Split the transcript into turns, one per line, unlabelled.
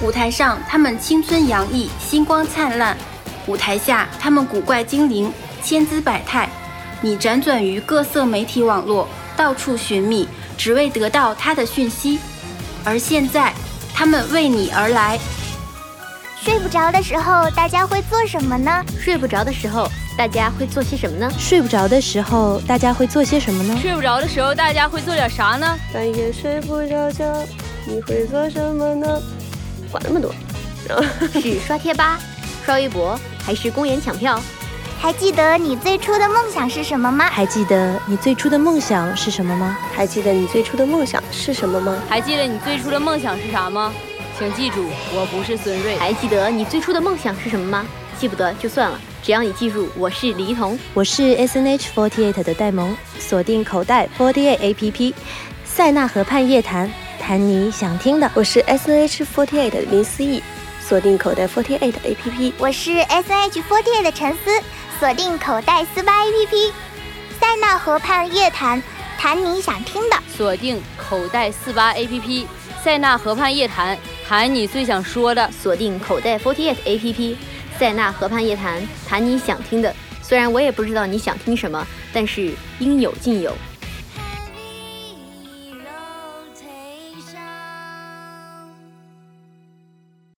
舞台上，他们青春洋溢，星光灿烂；舞台下，他们古怪精灵，千姿百态。你辗转于各色媒体网络，到处寻觅，只为得到他的讯息。而现在，他们为你而来。
睡不着的时候，大家会做什么呢？
睡不着的时候，大家会做些什么呢？
睡不着的时候，大家会做些什么呢？
睡不着的时候，大家会做点啥呢？
半夜睡不着觉，你会做什么呢？管那么多，
是刷贴吧、刷微博，还是公演抢票？
还记得你最初的梦想是什么吗？
还记得你最初的梦想是什么吗？
还记得你最初的梦想是什么吗？
还记得你最初的梦想是啥吗？请记住，我不是孙瑞。
还记得你最初的梦想是什么吗？记不得就算了，只要你记住，我是李一桐。
我是 S N H forty eight 的戴萌，锁定口袋 forty eight A P P，塞纳河畔夜谈，谈你想听的。
我是 S N H forty eight 的林思义，锁定口袋 forty eight A P P。
我是 S N H forty 的陈思，锁定口袋四八 A P P，塞纳河畔夜谈，谈你想听的。
锁定口袋四八 APP，塞纳河畔夜谈，谈你最想说的。
锁定口袋 Forty Eight A P P，塞纳河畔夜谈，谈你想听的。虽然我也不知道你想听什么，但是应有尽有，